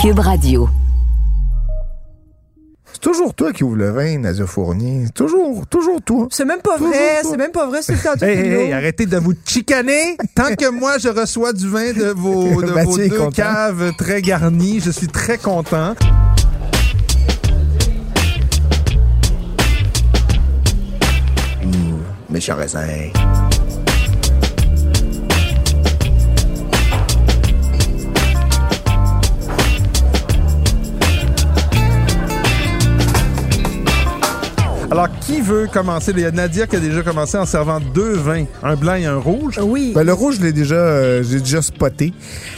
Cube Radio. C'est toujours toi qui ouvre le vin, Nadia Fournier. C'est Toujours, toujours toi. C'est même pas Toujours vrai, pas. c'est même pas vrai, c'est le temps du Hey, hey, Pinot. hey, arrêtez de vous chicaner. Tant que moi, je reçois du vin de vos, de vos Mathieu est deux content. caves très garnies, je suis très content. Méchant raisin. Alors, qui veut commencer? Il y a Nadia qui a déjà commencé en servant deux vins, un blanc et un rouge. Oui. Ben, le rouge, je l'ai déjà, euh, j'ai déjà spoté.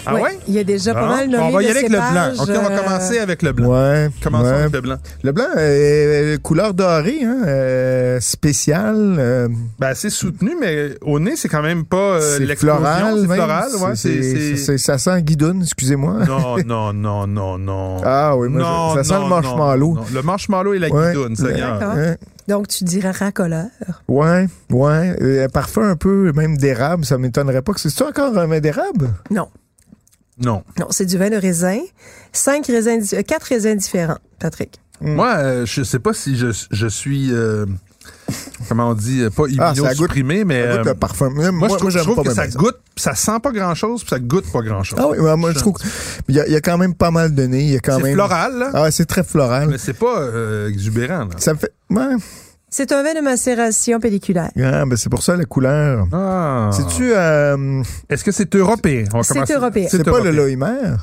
Ah ouais? Il y a déjà pas Bon, mal nommé on va y de aller avec le blanc. cépages, OK, on va euh, commencer avec le blanc. Ouais. Commençons ouais. avec le blanc. Le blanc, euh, euh, couleur dorée, hein, euh, spécial. euh, Ben, c'est soutenu, mais au nez, c'est quand même pas euh, c'est l'explosion. floral, C'est même. floral, ouais. C'est- c'est- c'est- c'est- ça sent guidoune, excusez-moi. Non, non, non, non, non. Ah oui, moi, je- ça sent le marshmallow. non, non. Le marshmallow et la Ouais. guidoune, Seigneur. D'accord. Hein? Donc, tu dirais racoleur. Ouais, ouais. Euh, parfum un peu même d'érable, ça m'étonnerait pas que c'est c'est encore un vin d'érable. Non. Non. Non, c'est du vin de raisin. Cinq raisins, di- euh, quatre raisins différents, Patrick. Moi, euh, je sais pas si je, je suis, euh, comment on dit, euh, pas Ah, ça goûte- immunosupprimé, mais Ça goûte euh, le parfum. Moi, moi, je trouve, je j'aime trouve pas bien que ça ça. goûte, ça sent pas grand-chose, puis ça goûte pas grand-chose. Ah oui, ouais, moi je trouve qu'il y, a- il y a quand même pas mal de nez, il y a quand c'est même. floral, là, Ah, c'est très floral. mais c'est pas euh, exubérant. Là. Ça me fait. Ouais. C'est un vin de macération pelliculaire. Ah, ben c'est pour ça la couleur. Ah. C'est-tu. euh, Est-ce que c'est européen? On C'est commence- européen. c'est pas le européen. Loimer?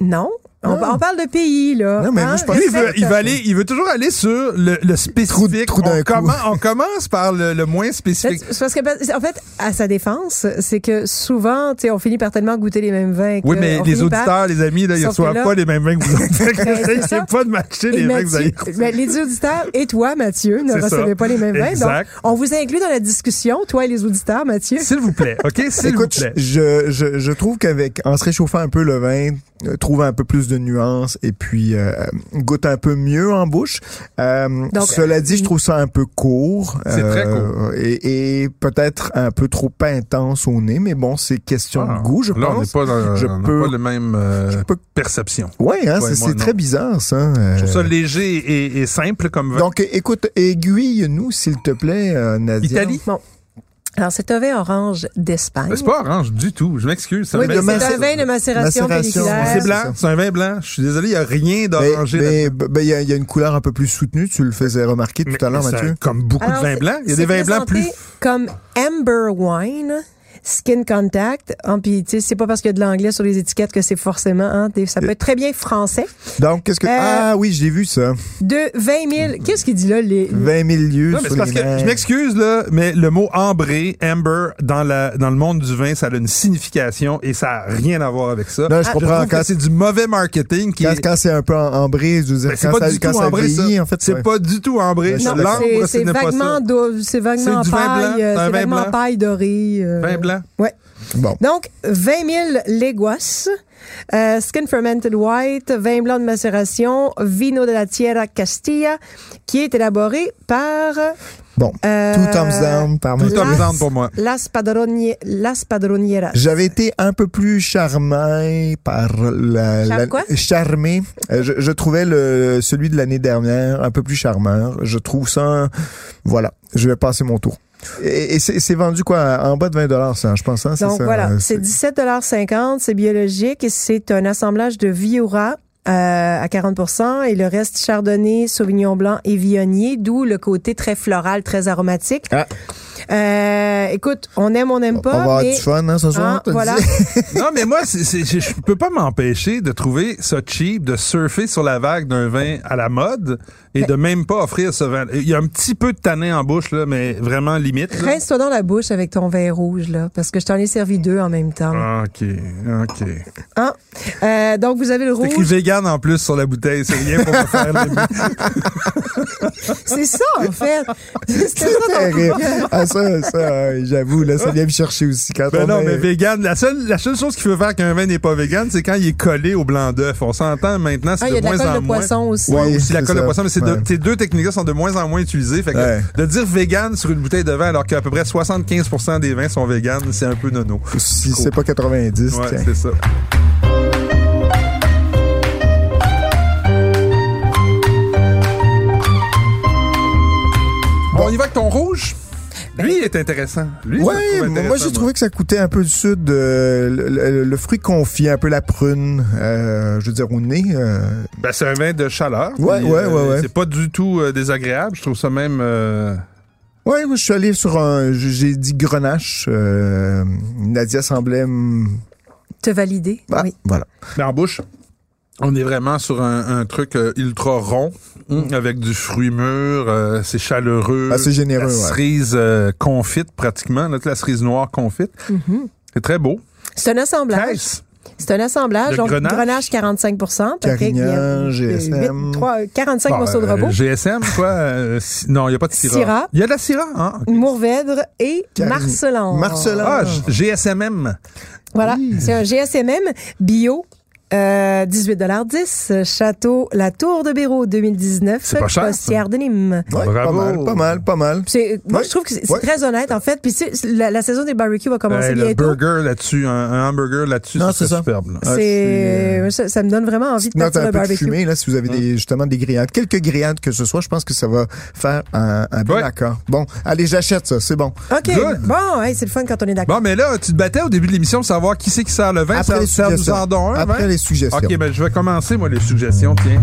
Non. On, Ah. Non. on parle de pays, là. hein? Non, mais moi, je pense- Lui, il veut, respecte. il, veut aller, il veut toujours aller sur le, le spécifique. trou d'un on, coup. commen- on commence par le, le moins spécifique. Ben, C'est parce que, en fait, à sa défense, c'est que souvent, tu sais, on finit par tellement goûter les mêmes vins. que Oui, mais on les finit par- auditeurs, les amis, là, ils ne Sauf que reçoivent là- pas les mêmes vins que vous avez. Ben, c'est Essayez ça. pas de matcher Et les vins que vous Mathieu- avez. ben, les auditeurs et toi, Mathieu, ne C'est ça. recevez pas les mêmes vins. Donc, Exact. on vous inclut dans la discussion, toi et les auditeurs, Mathieu. S'il vous plaît, OK? S'il vous Écoute, plaît. je, je, je trouve qu'avec en se réchauffant un peu le vin, euh, trouver un peu plus de nuances et puis euh, goûte un peu mieux en bouche. Euh, Donc, cela dit, je trouve ça un peu court. C'est très court. Et, et peut-être un peu trop intense au nez, mais bon, c'est question Ah. de goût, je Là, on n'est pense. pas dans Je on n'a peux- pas le même euh, peux- perception. Ouais, hein, Ouais, c'est moi, c'est non. très bizarre ça. euh. Je trouve ça léger et, et simple comme vin. Donc, é- écoute, aiguille-nous, s'il te plaît, euh, Nadia. Italie. Bon. Alors, c'est un vin orange d'Espagne. Mais Ben, c'est pas orange du tout. Je m'excuse. ça Oui, me- mais mais c'est un macé- vin de macération, macération, pelliculaire. C'est c'est blanc. ça. C'est un vin blanc. Je suis désolé, il n'y a rien d'orangé. là-dedans. Mais ben, ben, il y, a- il y a une couleur un peu plus soutenue, tu le faisais remarquer tout à l'heure, Mais ça- Mathieu. Comme beaucoup Alors, de vins c'est- blancs. Il y a c'est des vins blancs présenté plus. Comme Amber Wine, Skin Contact. En puis, tu sais, c'est pas parce qu'il y a de l'anglais sur les étiquettes que c'est forcément. hein, des- ça peut être très bien français. Donc, qu'est-ce que... Euh, Mm. Ah oui, j'ai vu ça. De 20 000. Qu'est-ce qu'il dit là, les. 20 000 lieux Non, mais sur c'est parce les que je mers. m'excuse là, mais le mot ambré, amber dans la dans le monde du vin, ça a une signification et ça a rien à voir avec ça. Ah, Non, je comprends. trouve que Quand- c'est du mauvais marketing qui Quand, est- quand c'est un peu en- ambré, je veux dire, Ben, c'est quand pas ça, du quand tout ça ambré vieillit, ça. en fait. c'est ouais. pas du tout ambré. Ben, je ça. suis d'accord. L'ambre, C'est ce c'est n'est pas vaguement, ça. do- c'est vaguement C'est du vin blanc, paille, euh, c'est un c'est vin vaguement blanc. paille dorée. euh, Vin blanc. Ouais. Bon. Donc, 20 000 léguas, euh, skin fermented white, vin blanc de macération, vino de la Tierra Castilla, qui est élaboré par... Bon. euh, Two thumbs down par Tout Mathieu. thumbs Las- down pour moi. Las, Padronie- Las Padronieras. J'avais été un peu plus charmé par la, Charme la- quoi? charmé. Euh, Je, je trouvais le celui de l'année dernière un peu plus charmeur. Je trouve ça voilà, je vais passer mon tour. Et, et c'est c'est vendu quoi en bas de 20 dollars ça, je pense hein, c'est Donc ça, voilà, euh, c'est 17,50 c'est biologique et c'est un assemblage de Viura euh, à 40 et le reste chardonnay, sauvignon blanc et viognier, d'où le côté très floral, très aromatique. Ah. Euh, écoute, on aime, on on n'aime va pas, avoir mais du fun hein, ce soir. Hein, t'as dit? voilà. non, mais moi, c'est- c'est- je je peux pas m'empêcher de trouver ça cheap, de surfer sur la vague d'un vin à la mode et de même pas offrir ce vin. Il y a un petit peu de tannin en bouche, là, mais vraiment limite. là. rince-toi dans la bouche avec ton vin rouge là, parce que je t'en ai servi deux en même temps. OK, OK. Ah. Hein? Euh, donc vous avez le C'est écrit rouge, vegan en plus sur la bouteille, c'est rien pour me faire le c'est ça en fait. C'était ça ton- Terrible. Ah, ça, ça, euh, j'avoue, là, ça vient me chercher aussi quand Ben on non, est- mais vegan, la seule, la seule chose qui peut faire qu'un vin n'est pas vegan, c'est quand il est collé au blanc d'œuf. On s'entend maintenant, c'est Ah, il y de a de la moins en colle de moins. poisson aussi. Ouais. Ou si la c'est colle de ça. poisson, mais c'est de- Ouais. ces deux techniques-là sont de moins en moins utilisées. Fait que Ouais. de dire vegan sur une bouteille de vin alors qu'à peu près 75 des vins sont vegan, c'est un peu nono. si c'est pas 90, Ouais, tiens. c'est ça. Ton rouge? Lui, il est intéressant. Lui, je Oui, le trouve Ben moi, intéressant, j'ai trouvé que ça coûtait un peu du sud, euh, le, le- le fruit confit, un peu la prune, euh, je veux dire, au nez. euh, Ben, c'est un vin de chaleur. Ouais, puis, ouais, euh, ouais, ouais. C'est pas du tout euh, désagréable. Je trouve ça même. euh, Ouais, moi, je suis allé sur un. J'ai dit grenache. euh, Nadia semblait. hum, Te valider. ah, Oui. Voilà. Mais en bouche, on est vraiment sur un, un truc euh, ultra rond, avec du fruit mûr, euh, c'est chaleureux. Mm. Assez La généreux, ouais. cerise euh, confite, pratiquement. Là, la cerise noire confite. Mm-hmm. C'est très beau. C'est un assemblage. Nice. C'est un assemblage. Le Donc, grenache. grenache 45 Patrick, il y a Carignan, GSM. huit- trois- 45 Bon, morceaux de euh, robot. GSM, quoi? euh, si- non, il n'y a pas de syrah. Syrah. Il y a de la syrah, hein? Mourvèdre et Carignan. Marcelin. Marcelin. Ah, G- GSMM. Ah Voilà, c'est un GSMM bio. Euh, 18,10 Château La Tour de Béraud 2019, C'est pas cher, ça. Costière de Nîmes. Ouais, Bravo. Pas mal, pas mal, pas mal. C'est- Moi, Ouais. je trouve que c'est c'est Ouais. très honnête, en fait. Puis c'est- la, la saison des barbecues va commencer Euh, le bientôt. burger là-dessus, un, un hamburger là-dessus, Non, c'est c'est ça. superbe. là. C'est- ça, ça me donne vraiment envie de Note partir un le peu de barbecue. fumée, là, si vous avez Hein? des, justement des grillades. Quelques grillades que ce soit, je pense que ça va faire un, un bon Ouais. accord. Bon, allez, j'achète ça, c'est bon. OK. Good. Bon, hey, c'est le fun quand on est d'accord. Bon, mais là, tu te battais au début de l'émission pour savoir qui c'est qui sert le vin. Après Ça- les ça nous en suggestions. donne un, Après vin? les suggestions. OK, ben je vais commencer, moi, les suggestions, tiens.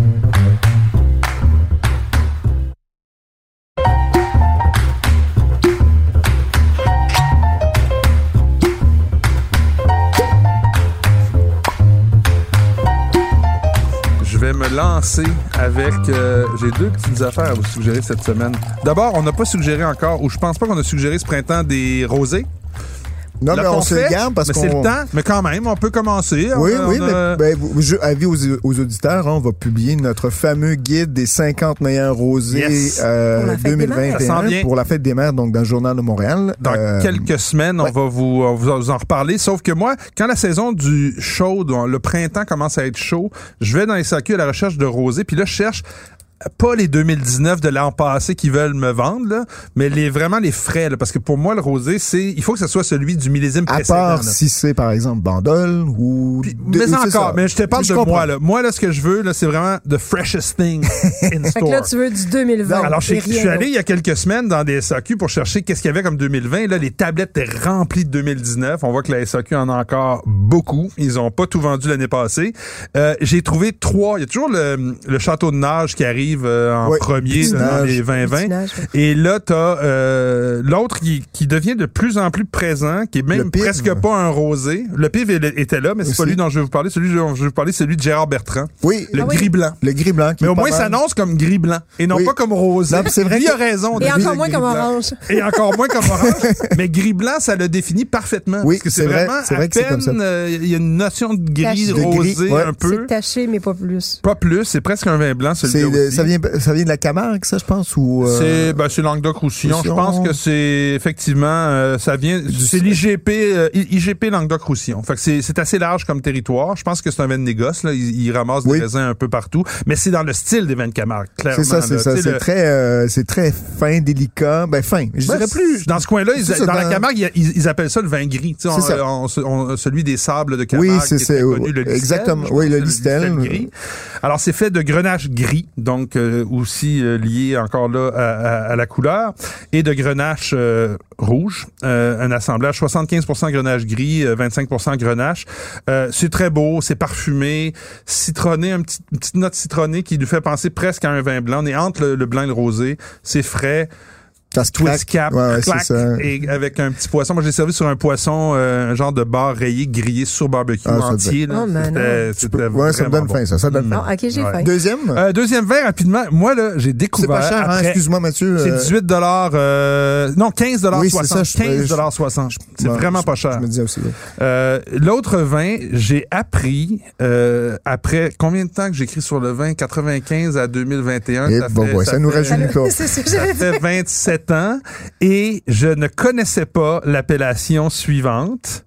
Je vais me lancer avec... euh, J'ai deux petites affaires à vous suggérer cette semaine. D'abord, on n'a pas suggéré encore, ou je pense pas qu'on a suggéré ce printemps des rosés. Non, mais L'a-t-on on se fait? le garde parce Mais qu'on. c'est le temps, mais quand même, on peut commencer. Oui, On a- oui, on mais a- ben, vous- je, avis aux, aux auditeurs, hein, on va publier notre fameux guide des 50 meilleurs rosés Yes. euh, Pour la fête des mères. Ça sent 2021 bien. pour la fête des mères, donc dans le Journal de Montréal. Dans Euh, quelques semaines, on va vous, on va vous en reparler. Sauf que moi, quand la saison du chaud, dans- le printemps commence à être chaud, je vais dans les SAQ à la recherche de rosé. Puis là, je cherche pas les 2019 de l'an passé qui veulent me vendre, là, mais les vraiment les frais. là, parce que pour moi, le rosé, c'est il faut que ce soit celui du millésime À précédent. part là. si c'est, par exemple, Bandol ou... Puis- de- mais c'est encore, ça. mais je te parle de comprends. moi. Là. Moi, là, ce que je veux, là, c'est vraiment the freshest thing in Fait que store. là, tu veux du 2020. Alors, je et je rien suis allé il y a quelques semaines dans des SAQ pour chercher qu'est-ce qu'il y avait comme 2020. Là, les tablettes étaient remplies de 2019. On voit que la SAQ en a encore beaucoup. Ils ont pas tout vendu l'année passée. Euh, J'ai trouvé trois. Il y a toujours le, le château de nage qui arrive euh, en Ouais, premier Petit là, dans Nage. les d'autre. 2020. Patinage, ouais. Et là, t'as euh, l'autre qui, qui devient de plus en plus présent, qui est même Le Piv. presque pas un rosé. Le piv il était là, mais c'est pas Aussi. lui dont je vais vous parler. Celui dont je vais vous parler, c'est celui de Gérard Bertrand. Oui, Le Ah oui. gris blanc. le gris blanc. qui Mais est au pas moins, mal. ça annonce comme gris-blanc et non Oui. pas comme rosé. Non, puis c'est vrai Lui que- a raison. de Et dire encore le moins comme gris-blanc. orange. Et encore moins comme orange. Mais gris-blanc, ça le définit parfaitement. Oui, parce que c'est c'est vrai, vraiment c'est à vrai que c'est peine, comme ça. euh, il y a une notion de gris, Taché. De gris, rosé ouais. un C'est peu. taché, mais pas plus. Pas plus, c'est presque un vin blanc, C'est- celui-là euh, aussi. ça, vient, ça vient de la Camargue, ça, je pense, ou... euh, C'est ben, c'est Languedoc-Roussillon. Je Roussillon. pense que c'est effectivement euh, ça vient c'est l'IGP euh, I- IGP Languedoc-Roussillon. Fait que c'est c'est assez large comme territoire. Je pense que c'est un vin de négoce là, ils, ils ramassent Oui. des raisins un peu partout, mais c'est dans le style des vins de Camargue, clairement. C'est ça, c'est là. ça. Tu sais, C'est le- très, euh, c'est très fin, délicat. Ben, fin. Je Ben, dirais plus. Dans ce coin-là, ils- C'est dans ça, la dans- Camargue, ils- ils, ils appellent ça le vin gris. tu sais, C'est on- ça. on- on- celui des sables de Camargue. Oui, c'est- qui est c'est- très connu, le Listel, exactement. je pense, Oui, le c'est Listel. euh. gris. Alors, c'est fait de grenache gris, donc euh, aussi euh, lié encore là à, à- à la couleur, et de grenache euh, rouge. Euh, un assemblage 75% grenache gris, euh, 25% grenache. Euh, c'est très beau, c'est parfumé, citronné, un petit- une petite note citronnée qui lui fait penser presque à un vin blanc. On est entre le, le blanc et le rosé. C'est frais. Ça se Twist claque. cap, Ouais, ouais, clac, c'est ça. et avec un petit poisson. Moi, j'ai servi sur un poisson, euh, un genre de bar rayé grillé sur barbecue Ah, ça entier. là. Oh, man, C'était- Tu peux- c'était Ouais, ça me vraiment donne bon. faim, ça. Ça donne Mm. faim. Ah, OK, j'ai Ouais. faim. Deuxième. Euh, deuxième verre, rapidement. Moi, là, j'ai c'est découvert. pas cher, hein? après- Excuse-moi, Mathieu. c'est euh, 18 euh, non 15 Oui, c'est 60. ça, je- 15 60. C'est ouais, vraiment je- pas cher. Je me disais aussi. ouais. Euh, l'autre vin, j'ai appris euh, après combien de temps que j'écris sur le vin 95 à 2021, Eh, bon, fait- ouais, ça nous fait- rajeunit pas. C'est ce que Ça j'avais fait 27 ans et je ne connaissais pas l'appellation suivante.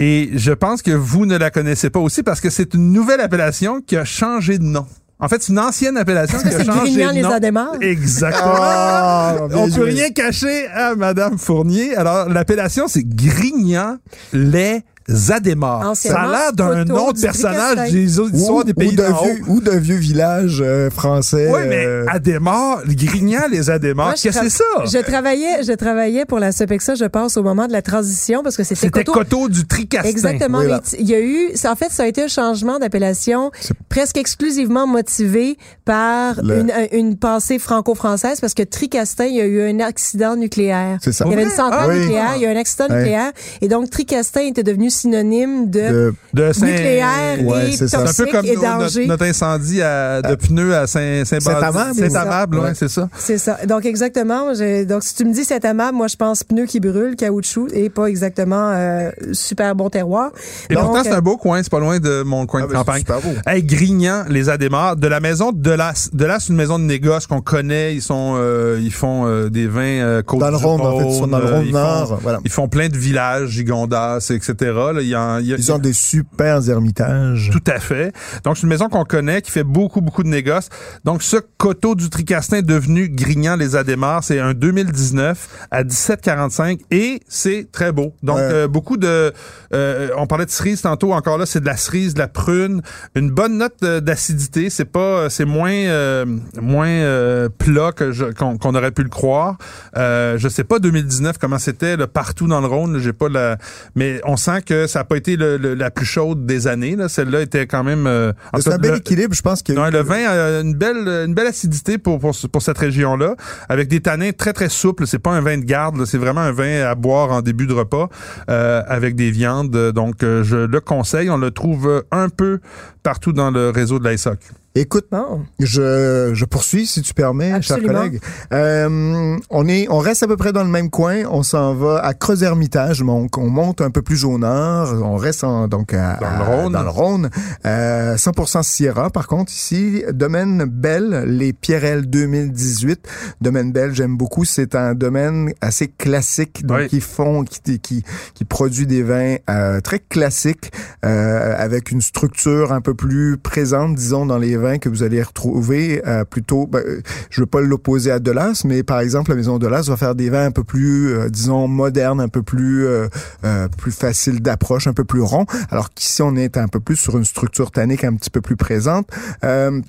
Et je pense que vous ne la connaissez pas aussi parce que c'est une nouvelle appellation qui a changé de nom. En fait, c'est une ancienne appellation qui a C'est changé Grignan de les nom. Adémars. Exactement. Ah, bien On peut joué. rien cacher à Madame Fournier. Alors, l'appellation, c'est Grignan les Zadémar. Ça Anciennement, a l'air d'un Toto autre du personnage Ducasse-Tête. des autres histoires ou, des pays ou d'un d'en haut. vieux, ou d'un vieux village euh, français. Oui, mais euh, Adémar, Grignard, les Adémar, Moi, je ah, qu'est-ce que c'est tra- ça? Je travaillais, je travaillais pour la Sopexa, je pense, au moment de la transition, parce que c'était C'était Coteau. Coteau du Tricastin. Exactement. Voilà. mais Il y a eu, ça- en fait, ça a été un changement d'appellation C'est- presque exclusivement motivé par Le- une, un- une pensée franco-française parce que Tricastin, il y a eu un accident nucléaire. C'est ça. Il y avait une Oui. centrale Ah oui. nucléaire, il y a eu un accident Ouais. nucléaire, et donc Tricastin était devenu synonyme de, de- De Saint- nucléaire Ouais, et c'est ça. C'est un toxique peu comme et nos- notre, danger. notre incendie à- de pneus à saint saint Saint-Amable, saint c'est ça. c'est ça. C'est ça. Donc exactement. j'ai- Donc si tu me dis c'est amable, moi je pense pneus qui brûlent, caoutchouc et pas exactement euh, super bon terroir. Et Donc, pourtant, c'est euh, un beau coin, c'est pas loin de mon coin Ah, de ben, c'est campagne. super beau. Hey, Grignan, les Adémar, de la maison de Delas. Delas, c'est une maison de négoce qu'on connaît. Ils sont, euh, ils font euh, des vins euh, côte Dans le du Rhône, en fait, ils Rhône, sont dans le euh, Rhône ils Nord, font- voilà. Ils font plein de villages, Gigondas, etc. Là, il y en- il y a- ils ont des super ermitages. tout à fait. Donc, c'est une maison qu'on connaît, qui fait beaucoup, beaucoup de négoces. Donc, ce coteau du Tricastin devenu Grignan les Adémars, c'est un 2019 à 17,45 et c'est très beau. Donc, Ouais. euh, beaucoup de... euh, on parlait de cerise tantôt, encore là, c'est de la cerise, de la prune. Une bonne note euh, d'acidité, c'est pas... C'est moins euh, moins euh, plat que je- qu'on qu'on aurait pu le croire. Euh, je sais pas 2019 comment c'était là, partout dans le Rhône, là, j'ai pas la... Mais on sent que ça a pas été le- le- la plus chaude des années. là. Celle-là était quand même. euh, en C'est tout un cas, bel le- équilibre, je pense que non, le vin a une belle, une belle acidité pour, pour, ce- pour cette région-là, avec des tanins très, très souples. C'est pas un vin de garde, là. c'est vraiment un vin à boire en début de repas euh, avec des viandes. Donc, euh, je le conseille. On le trouve un peu partout dans le réseau de la SOC. Écoute, bon. je, je poursuis, si tu permets, Absolument. cher collègue. Euh, on, est, on reste à peu près dans le même coin. On s'en va à Creuse-Hermitage. On, on monte un peu plus au nord. On reste en- donc à, Dans le à- Rhône. dans le Rhône. Euh, 100% Sierra, par contre, ici. Domaine Belle, les Pierrelles 2018. Domaine Belle, j'aime beaucoup. C'est un domaine assez classique. Donc, Oui. qui font, qui, qui, qui produit des vins euh, très classiques euh, avec une structure un peu plus présente, disons, dans les vins que vous allez retrouver euh, plutôt. ben, euh, je veux pas l'opposer à Delas, mais par exemple, la maison Delas va faire des vins un peu plus, euh, disons, modernes, un peu plus, euh, euh, plus faciles d'approche, un peu plus ronds. Alors qu'ici, on est un peu plus sur une structure tannique un petit peu plus présente. Euh,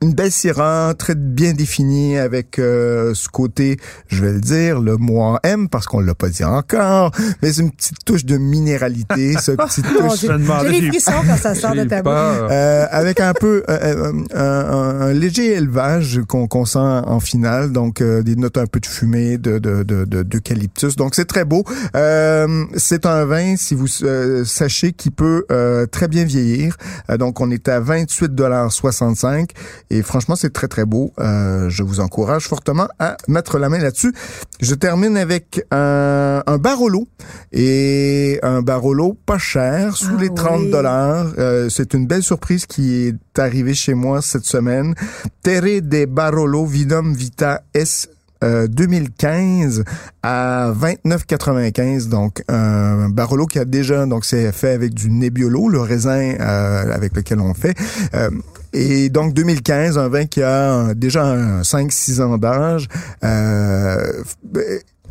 une belle syrah très bien définie avec euh, ce côté, je vais le dire, le moi M parce qu'on l'a pas dit encore, mais c'est une petite touche de minéralité, ce petite Mon touche Dieu. me demandais, J'ai Ah, j'ai- des frissons quand ça sort de J'ai ta bouche. peur. euh, avec un peu euh, euh, un, un- un léger élevage qu'on qu'on sent en finale, donc euh, des notes un peu de fumée, de de- de- de- d'eucalyptus. donc c'est très beau. Euh, c'est un vin, si vous euh, sachez, qui peut euh, très bien vieillir. Euh, donc on est à 28,65 et franchement c'est très très beau. Euh, je vous encourage fortement à mettre la main là-dessus. Je termine avec euh, un, un Barolo et un Barolo pas cher, sous Ah les 30 oui. dollars. Euh, c'est une belle surprise qui est arrivée chez moi cette semaine. Terre de Barolo Vinum Vita S. euh, 2015 à 29,95 donc euh, un Barolo qui a déjà donc c'est fait avec du Nebbiolo le raisin euh, avec lequel on le fait Euh, et donc 2015 un vin qui a un- déjà un 5-6 ans d'âge euh,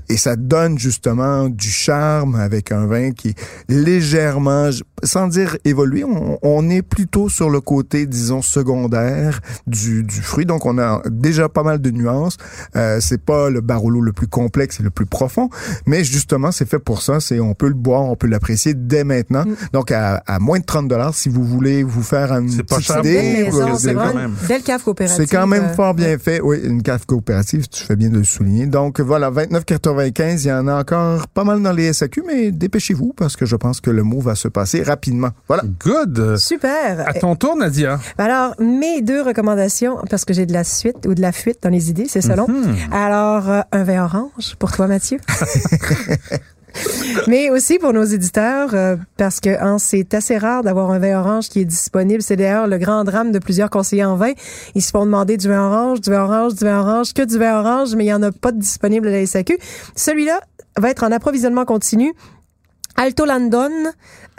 et ça donne justement du charme avec un vin qui est légèrement, sans dire évolué, on, on est plutôt sur le côté, disons, secondaire du, du fruit. Donc, on a déjà pas mal de nuances. Euh, c'est pas le barolo le plus complexe et le plus profond, mais justement, c'est fait pour ça. C'est On peut le boire, on peut l'apprécier dès maintenant. Donc, à, à moins de 30 dollars, si vous voulez vous faire une C'est pas petite cher pour idée, Belle Et- maison, euh, c'est quand vraiment même. une belle cave coopérative. c'est quand même euh, fort bien fait. Oui, une cave coopérative, tu fais bien de le souligner. Donc voilà, 29,95, il y en a encore pas mal dans les SAQ, mais dépêchez-vous parce que je pense que le mot va se passer rapidement. Voilà. Euh, Good. Super. Ben À ton tour, Nadia. Alors, mes deux recommandations, parce que j'ai de la suite ou de la fuite dans les idées, c'est selon. Alors, euh, un vin orange pour toi, Mathieu. Mais aussi pour nos éditeurs, euh, parce que hein, c'est assez rare d'avoir un vin orange qui est disponible. C'est d'ailleurs le grand drame de plusieurs conseillers en vin. Ils se font demander du vin orange, du vin orange, du vin orange, que du vin orange, mais il n'y en a pas de disponible à la SAQ. Celui-là va être en approvisionnement continu Alto Landon,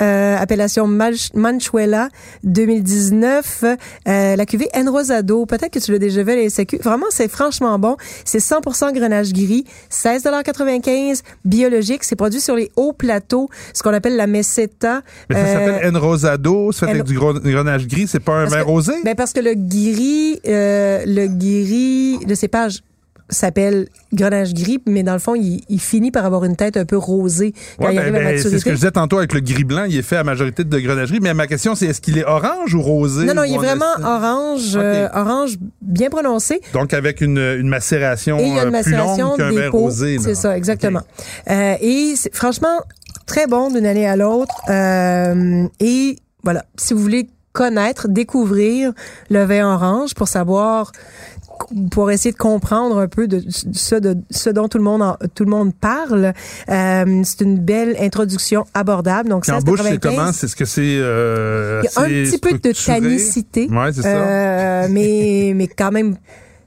euh, appellation Manch- Manchuela 2019, euh, la cuvée Enrosado. Peut-être que tu l'as déjà vu à la SAQ. Vraiment, c'est franchement bon. C'est 100% grenage gris, 16,95 biologique. C'est produit sur les hauts plateaux, ce qu'on appelle la meseta. Mais ça Euh, s'appelle Enrosado, ça fait Enro- avec du gro- grenage gris, c'est pas un parce vin que- rosé? Ben parce que le gris, euh, le gris de cépage s'appelle grenage gris, mais dans le fond, il, il finit par avoir une tête un peu rosée quand Ouais, il ben, arrive à ben, c'est ce que maturité. je disais tantôt avec le gris blanc, il est fait à majorité de grenage gris, mais ma question c'est est-ce qu'il est orange ou rosé? Non, non, ou il est on vraiment laisse- orange, euh, orange bien prononcé. Donc avec une, une macération Et il y a une euh, plus macération longue qu'un des vin peaux. rosé. là. C'est ça, exactement. Euh, et c'est- franchement, très bon d'une année à l'autre. Euh, et voilà, si vous voulez connaître, découvrir le vin orange pour savoir pour essayer de comprendre un peu de, ce, de, ce dont tout le monde en- tout le monde parle. Euh, c'est une belle introduction abordable. Donc, Puis en bouche, c'est 16,95. comment? C'est ce que c'est. euh, Il y a un petit assez peu de structuré? tannicité. Ouais, c'est ça. Euh, mais, mais quand même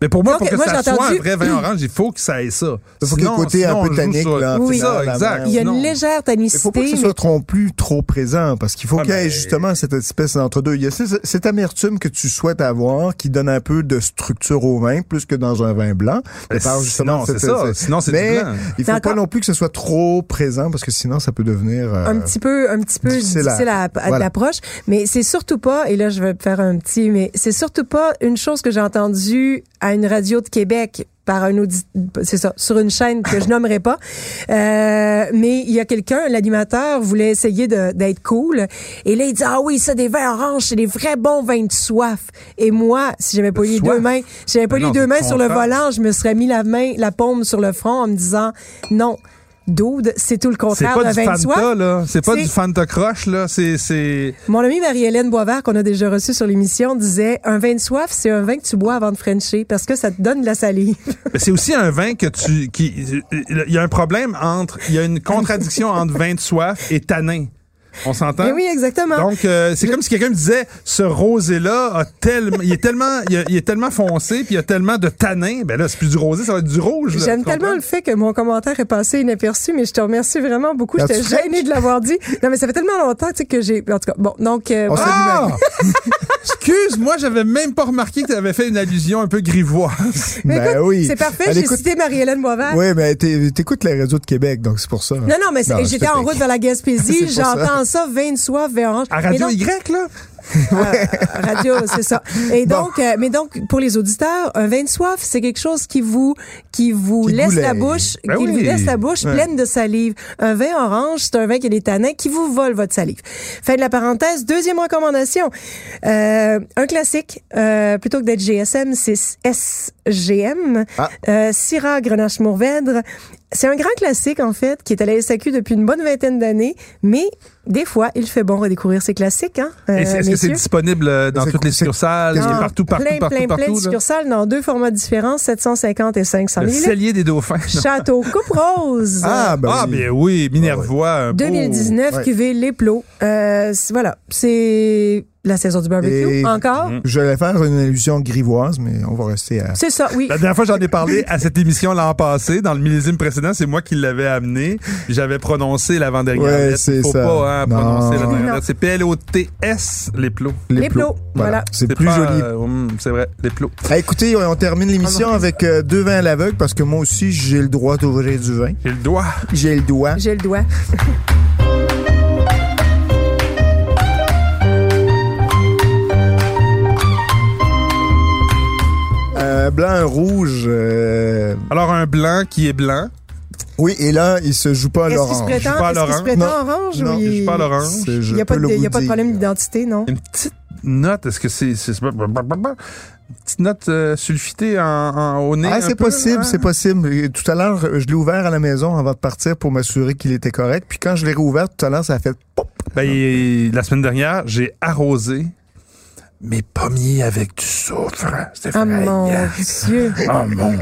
Mais pour moi, donc, pour que moi, ça j'ai soit entendu- un vrai vin orange, il faut que ça ait ça. Il faut qu'il y ait le Sinon- côté sinon, un on peu joue tannique, sur- là. Oui. C'est ça, exact. Il y a Non. une légère Ah Il faut pas que tanicité. ce soit trop plus trop présent parce qu'il faut Ah, qu'il y ait mais- justement cette espèce d'entre-deux. Il y a ce- cette amertume que tu souhaites avoir qui donne un peu de structure au vin plus que dans un vin blanc. Mais De par justement sinon, c'est cette- ça. cette- Sinon, c'est du Mais blanc. il faut Mais encore- pas non plus que ce soit trop présent parce que sinon ça peut devenir euh, un petit peu un petit peu difficile à- difficile à, à- voilà. l'approche mais c'est surtout pas et là je vais faire un petit mais c'est surtout pas une chose que j'ai entendue à une radio de Québec par un audit c'est ça sur une chaîne que je nommerai pas Euh, mais il y a quelqu'un l'animateur voulait essayer de- d'être cool et là il dit ah oui ça des vins oranges c'est des vrais bons vins de soif et moi si j'avais pas De eu les soif? deux mains si j'avais pas Mais eu les non, deux c'est mains sur le contraire. volant je me serais mis la main la paume sur le front en me disant non Dude, c'est tout le C'est contraire pas d'un du vin de soif. Fanta, là. C'est pas C'est- du Fanta Crush, là. C'est- C'est. Mon amie Marie-Hélène Boisvert, qu'on a déjà reçue sur l'émission, disait Un vin de soif, c'est un vin que tu bois avant de frencher parce que ça te donne de la salive. Mais c'est aussi un vin que tu. qui- Il y a un problème entre. Il y a une contradiction entre vin de soif et tanin. On s'entend? Mais Eh oui, exactement. Donc, euh, c'est comme si quelqu'un me disait, ce rosé-là, a tellement, il, est tellement, il, a- il est tellement foncé, puis il y a tellement de tanin. Ben là, c'est plus du rosé, ça va être du rouge. là, J'aime tu comprends? tellement le fait que mon commentaire est passé inaperçu, mais je te remercie vraiment beaucoup. As-tu J'étais fait? gênée de l'avoir dit. Non, mais ça fait tellement longtemps tu sais, que j'ai. En tout cas, bon, donc. euh, On voilà. Ah! Excuse-moi, j'avais même pas remarqué que tu avais fait une allusion un peu grivoise. Mais Ben écoute, oui. C'est parfait, Elle j'ai écoute- cité Marie-Hélène Boisvert. Oui, mais t'é- t'écoutes la radio de Québec, donc c'est pour ça. Non, non, mais c'est- je j'étais te en fais- route vers la C'est Gaspésie, pour ça. j'entends ça, vin de soif, vin orange. À Mais Radio donc- Y, là? Euh, radio, c'est ça. Et donc, euh, mais donc, pour les auditeurs, un vin de soif, c'est quelque chose qui vous, qui vous Qui laisse goulait. la bouche, Ben qui oui. vous laisse la bouche Ouais. pleine de salive. Un vin orange, c'est un vin qui a des tanins qui vous vole votre salive. Fin de la parenthèse. Deuxième recommandation. Euh, un classique, euh, plutôt que d'être GSM, c'est SGM. Ah. Euh, Syrah Grenache Mourvèdre. C'est un grand classique, en fait, qui est à la SAQ depuis une bonne vingtaine d'années, mais des fois, il fait bon redécouvrir ces classiques, hein. euh, Et c'est- Est-ce que c'est messieurs? disponible euh, dans C'est- toutes les c'est- succursales, Non, partout, partout, Ah, plein, partout, plein, plein partout? de là? succursales dans deux formats différents, 750 et 500 Le 000. cellier des dauphins. non? Château Coupe Rose. Ah, ben Ah, oui. ben oui, Minervois. un beau- 2019, Ouais. cuvée Les Plots. Euh, c- voilà, c'est la saison du barbecue. Et- Encore? Mm. Je vais faire une allusion grivoise, mais on va rester à... C'est ça, oui. La dernière fois, j'en ai parlé à cette émission l'an passé. Dans le millésime précédent, c'est moi qui l'avais amené. J'avais prononcé l'avant-dernière Ouais, lettre. c'est Faut ça. pas hein, Non. prononcer la dernière Non. lettre. C'est P-L-O-T-S, les plots. Les plots, voilà. C'est C'est plus pas, joli. euh, hum, c'est vrai, les plots. Ah, écoutez, on on termine l'émission avec euh, deux vins à l'aveugle parce que moi aussi, j'ai le droit d'ouvrir du vin. J'ai le doigt. J'ai le doigt. J'ai le doigt. Euh, blanc, un rouge. euh, Alors, un blanc qui est blanc. Oui, et là, il se joue pas à Est-ce qu'il se l'orange. Je suis prétend, pas est-ce qu'il se Laurent. prétend orange? Non, ou Je suis pas à l'orange. C'est- je Il n'y a, peux pas de- le il y a vous pas de dire. problème d'identité, non? Une petite note. Est-ce que c'est... c'est- bah, c'est- Une petite note euh, sulfitée en, en- au nez. Ah, un c'est peu, possible, hein? c'est possible. Et Tout à l'heure, je l'ai ouvert à la maison avant de partir pour m'assurer qu'il était correct. Puis quand je l'ai rouvert tout à l'heure, ça a fait pop. Ben, il- la semaine dernière, j'ai arrosé mes pommiers avec du soufre. C'était Ah mon effrayant. Dieu. Oh mon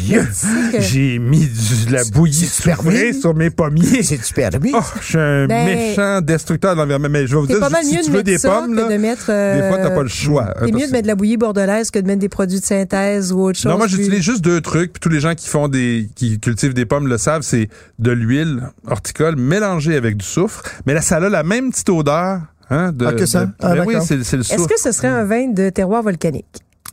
Dieu! que- J'ai mis du- de la bouillie C'est super soufrée bien. sur mes pommiers. C'est-tu permis? Oh, je suis un Ben, méchant destructeur de l'environnement. Mais je vais vous C'est dire, pas mal si mieux tu de veux mettre des ça pommes, que là, de mettre. euh, des fois, t'as pas le choix. hein, C'est parce mieux de mettre de la bouillie bordelaise que de mettre des produits de synthèse ou autre chose. Non, moi plus- j'utilise juste deux trucs, puis tous les gens qui font des qui cultivent des pommes le savent, c'est de l'huile horticole mélangée avec du soufre, mais là ça a la même petite odeur hein de Ah, que ça? de- Ah, Ben oui, d'accord. c'est c'est le Est-ce soufre. que ce serait un vin de terroir volcanique?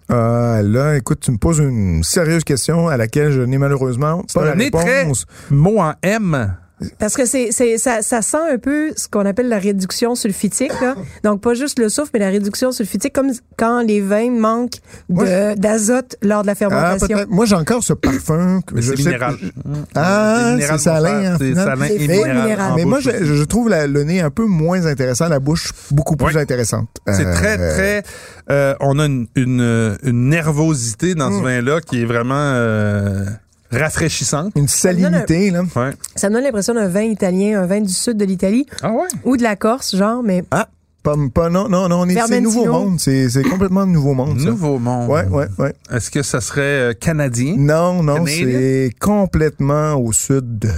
Ah, là, écoute, tu me poses une sérieuse question à laquelle je n'ai malheureusement pas la un nez très réponse. mot en M. Parce que c'est, c'est- ça, ça sent un peu ce qu'on appelle la réduction sulfitique. Là. Donc, pas juste le soufre, mais la réduction sulfitique, comme quand les vins manquent Moi, de- d'azote lors de la Ah, fermentation. peut-être. Moi, j'ai encore ce parfum. que Mais je c'est sais- minéral. Mm. Ah, minéral, c'est mon salin, cher. hein, C'est finalement. salin C'est et full minéral. minéral. Ah, en Mais moi, bouche je, aussi. je trouve la- le nez un peu moins intéressant, la bouche beaucoup plus Oui. intéressante. C'est Euh, très, très... euh, on a une, une, une nervosité dans ce vin-là qui est vraiment euh, rafraîchissante. Une salinité, là. Ouais. Ça me donne l'impression d'un vin italien, un vin du sud de l'Italie Ah ouais? ou de la Corse, genre, mais Ah. Pas, pas- non, non, non, on est, c'est Vermentino. nouveau monde. C'est, c'est complètement nouveau monde, ça. Nouveau monde. Ouais, ouais, Hmm. ouais. Est-ce que ça serait euh, canadien? Non, non, Canadien. c'est complètement au sud.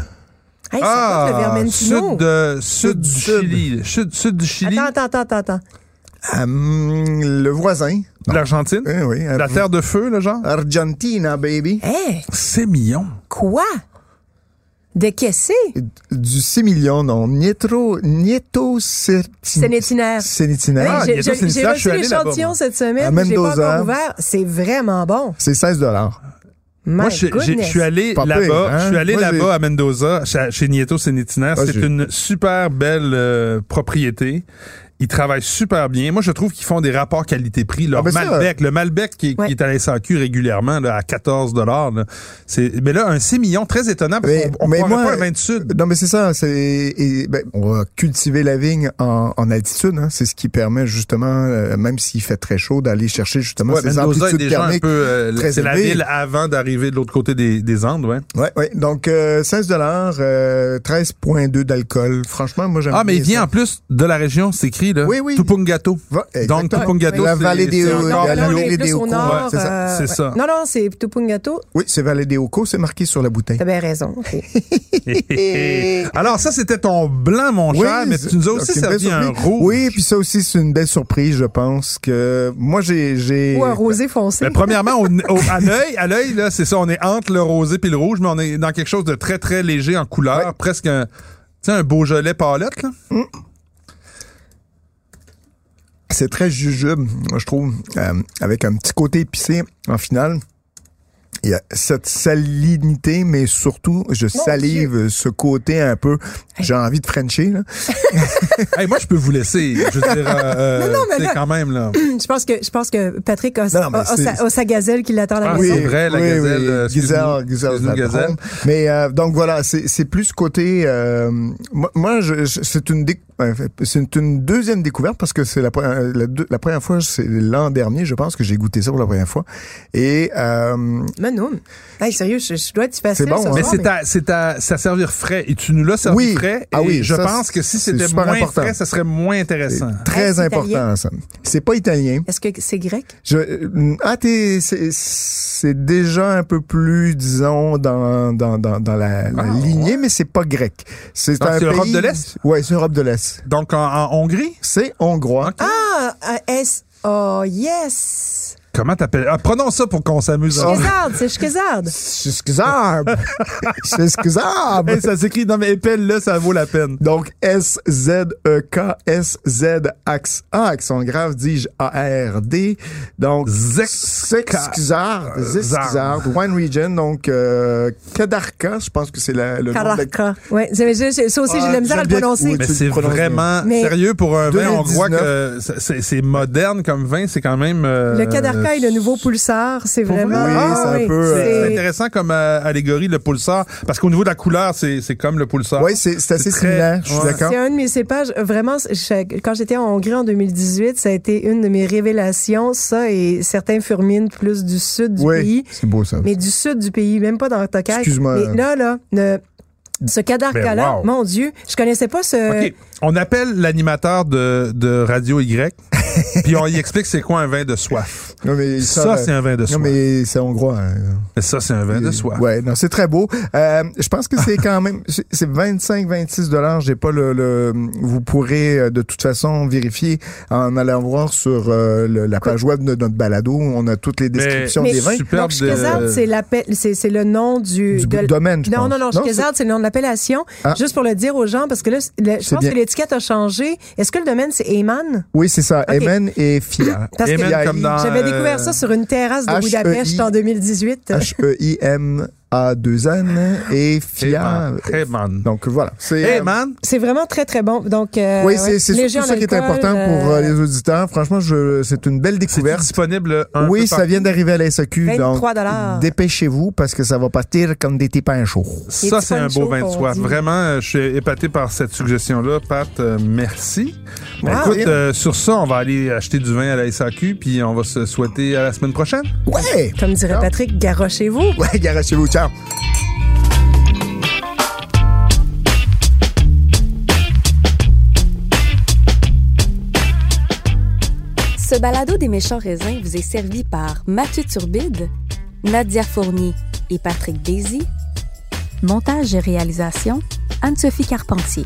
hey, ça goûte le Vermentino. Ah! sud, de, sud du Sud. Chili. Sud, sud du Chili, Attends, attends, attends, attends. Ah, hum, le voisin. de l'Argentine, Eh oui. la terre de feu, le genre. Argentina, baby. Hey, C'est mignon. quoi? De qu'est-ce que Du 6 millions, non. Nietro, Nieto c'est? Sénétinaire. Sénétinaire. Ah, J'ai- il y a j'ai tous les j'ai épices, je reçu suis allé là-bas, l'échantillon moi. cette semaine, À mais j'ai pas hein. Mendoza. encore ouvert. C'est vraiment bon. C'est 16 dollars. Moi, My je je- je goodness. suis allé Pas pire, là-bas. hein? Je suis allé Moi, j'ai- là-bas à Mendoza, chez, chez Nieto Sénétinaire. Ah, C'est j'ai- une super belle euh, propriété. Ils travaillent super bien. Moi, je trouve qu'ils font des rapports qualité-prix. Leur Ah, ben ça, Malbec, le Malbec qui, Ouais. qui est à la SAQ régulièrement là, à 14 là, c'est Mais là, un 6 millions, très étonnant, parce Mais- qu'on ne mais croirait moi- pas un vin du Sud. Non, mais c'est ça. C'est, et, ben, on va cultiver la vigne en, en altitude. hein. C'est ce qui permet justement, euh, même s'il fait très chaud, d'aller chercher justement Ouais, ces Mendoza est amplitudes déjà un thermiques. peu... euh, très c'est la élevées. ville avant d'arriver de l'autre côté des, des Andes, ouais. Ouais, ouais. Donc, euh, 16 dollars, euh, 13,2 d'alcool. Franchement, moi, j'aime Ah, mais il bien vient ça. en plus de la région, c'est écrit, là. Oui, oui. Tupungato. Va- Donc, exactement. Tupungato, La c'est- vallée des, c'est euh, encore Non, la là, on vallée est des plus au Ocos. nord. Ouais, c'est ça. euh, c'est ouais. ça. Non, non, c'est Tupungato. Oui, c'est Vallée des Ocos, c'est marqué sur la bouteille. T'as bien raison. ok. Eh, Alors, ça, c'était ton blanc, mon Oui, cher, mais tu nous as aussi c'est une belle servi un surprise. rouge. Oui, puis ça aussi, c'est une belle surprise, je pense que moi, j'ai... j'ai- Ou un rosé foncé. Mais ben, premièrement, au- au- à l'œil, à l'œil, là, c'est ça, on est entre le rosé puis le rouge, mais on est dans quelque chose de très, très léger en couleur, presque un, tu sais, un Beaujolais palette, là. C'est très jujube, moi, je trouve, euh, avec un petit côté épicé en finale. Il y a cette salinité, mais surtout, je salive ce côté un peu. J'ai envie de Frencher, là. Hey, moi, je peux vous laisser. Je veux dire, euh, Non, non, mais tu sais, là- quand même, là. Je pense que, je pense que Patrick a, Non, mais a- a c'est- sa, a sa gazelle qui l'attend à la Ah, maison. c'est vrai, la gazelle, euh, excuse-nous, gazelle, gazelle, excuse-nous, je la gazelle. trompe. Mais euh, donc voilà, c'est c'est plus ce côté. euh, moi, moi, je- je- c'est une déc- euh, c'est une deuxième découverte parce que c'est la, pre- euh, la, deux- la première fois, c'est l'an dernier, je pense que j'ai goûté ça pour la première fois. Et euh, Mais non. Hey, sérieux, je, je dois être facile. C'est bon, ce hein. soir, Mais c'est à, c'est à, c'est à servir frais. Et tu nous l'as servi Oui. frais. Ah et oui, Je ça, pense que si c'est c'était super moins important. frais, ça serait moins intéressant. très Ah, c'est important, italien. ça. C'est pas italien. Est-ce que c'est grec? Je, euh, ah, t'es, c'est- c'est déjà un peu plus, disons, dans, dans, dans, dans la, la Ah, lignée, mais c'est pas grec. C'est Donc, un c'est pays. Europe de l'Est? Ouais, c'est Europe de l'Est. Donc, en, en Hongrie, C'est hongrois. Ok. Ah, un S. Oh, yes! comment t'appelles? Ah, prenons ça pour qu'on s'amuse. Schkezard, c'est Schkezard. Oh. C'est excusable. C'est excusable. Hey, ça s'écrit, non, mais épelle là, ça vaut la peine. Donc, E S-Z-E-K-S-Z-A, accent grave, dis-je, A-R-D. Donc, Zec- Zexkizard, Zard. Wine Region, donc, euh, Kadarka, je pense que c'est la- le nom de la- Kadarka. Ouais, c'est- je- je- ça aussi, j'ai Ah, de la misère à le j'aime bien- prononcer. oui. Mais Tu le c'est prononces bien. vraiment Mais- sérieux pour un vin 2019. hongrois que c'est- c'est c'est moderne comme vin. C'est quand même. euh, Le Kadarka est le nouveau Pulsar, c'est vrai? vraiment. Oui, Ah, c'est un oui, peu, C'est c'est- intéressant comme euh, allégorie, le pulsar. Parce qu'au niveau de la couleur, c'est c'est comme le pulsar. Oui, c'est c'est assez C'est très- similaire, je suis ouais. d'accord. C'est un de mes cépages. Vraiment, je- quand j'étais en Hongrie en 2018, ça a été une de mes révélations. Ça et certains furmines plus du sud du Oui, pays. c'est beau ça. Mais du sud du pays, même pas dans Tokai. Excuse-moi. Mais là, là, ne- ce Kadarka-là, Ben, wow. mon Dieu, je connaissais pas ce. OK. On appelle l'animateur de, de Radio Y, puis on y explique c'est quoi un vin de soif. Non, mais Ça, c'est un vin de euh, Non, soif. mais c'est hongrois. hein. Mais Ça, c'est un vin Ben, de soif. Ouais, non, c'est très beau. Euh, je pense que c'est quand même c'est- c'est 25 26 dollars, j'ai pas le, le- vous pourrez euh, de toute façon vérifier en allant voir sur euh, le- la page web de notre balado, on a toutes les descriptions Mais- des vins. Donc, Superbe Schkezzard, de- c'est l'appel, c'est, c'est le nom du, Du de- domaine, je non, pense. non, non, Non, Schkezzard, c'est le nom de l'appellation. Ah. Juste pour le dire aux gens, parce que là, c'est- le- je C'est pense bien. que l'étiquette a changé. Est-ce que le domaine, c'est Eman? Oui, c'est ça, Ok. Emen et Fia. Parce que Eman comme dans, j'avais euh, découvert ça sur une terrasse de H-E-I. Budapest en 2018. H E I M A 2 N et Fia. Eman. Eman. Donc voilà, c'est euh, Eman. C'est vraiment très, très bon. Donc, euh, Oui, ouais, c'est c'est léger surtout en ça qui est alcool, important pour euh, euh, les auditeurs. Franchement, je c'est une belle C'est découverte. disponible un peu Oui, ça partout. vient d'arriver à la SAQ, 23 dollars. donc dépêchez-vous parce que ça va partir comme des pépins chauds. Les Ça, petits c'est un ponchos beau vin de qu'on soif. dit. Vraiment, euh, je suis épaté par cette suggestion-là. Pat, euh, merci. Wow. Écoute, euh, sur ça, on va aller acheter du vin à la SAQ, puis on va se souhaiter à la semaine prochaine. Ouais! Comme dirait Patrick, garochez-vous. Ouais, garochez-vous, ciao! Ce balado des méchants raisins vous est servi par Mathieu Turbide, Nadia Fournier et Patrick Daisy. Montage et réalisation, Anne-Sophie Carpentier.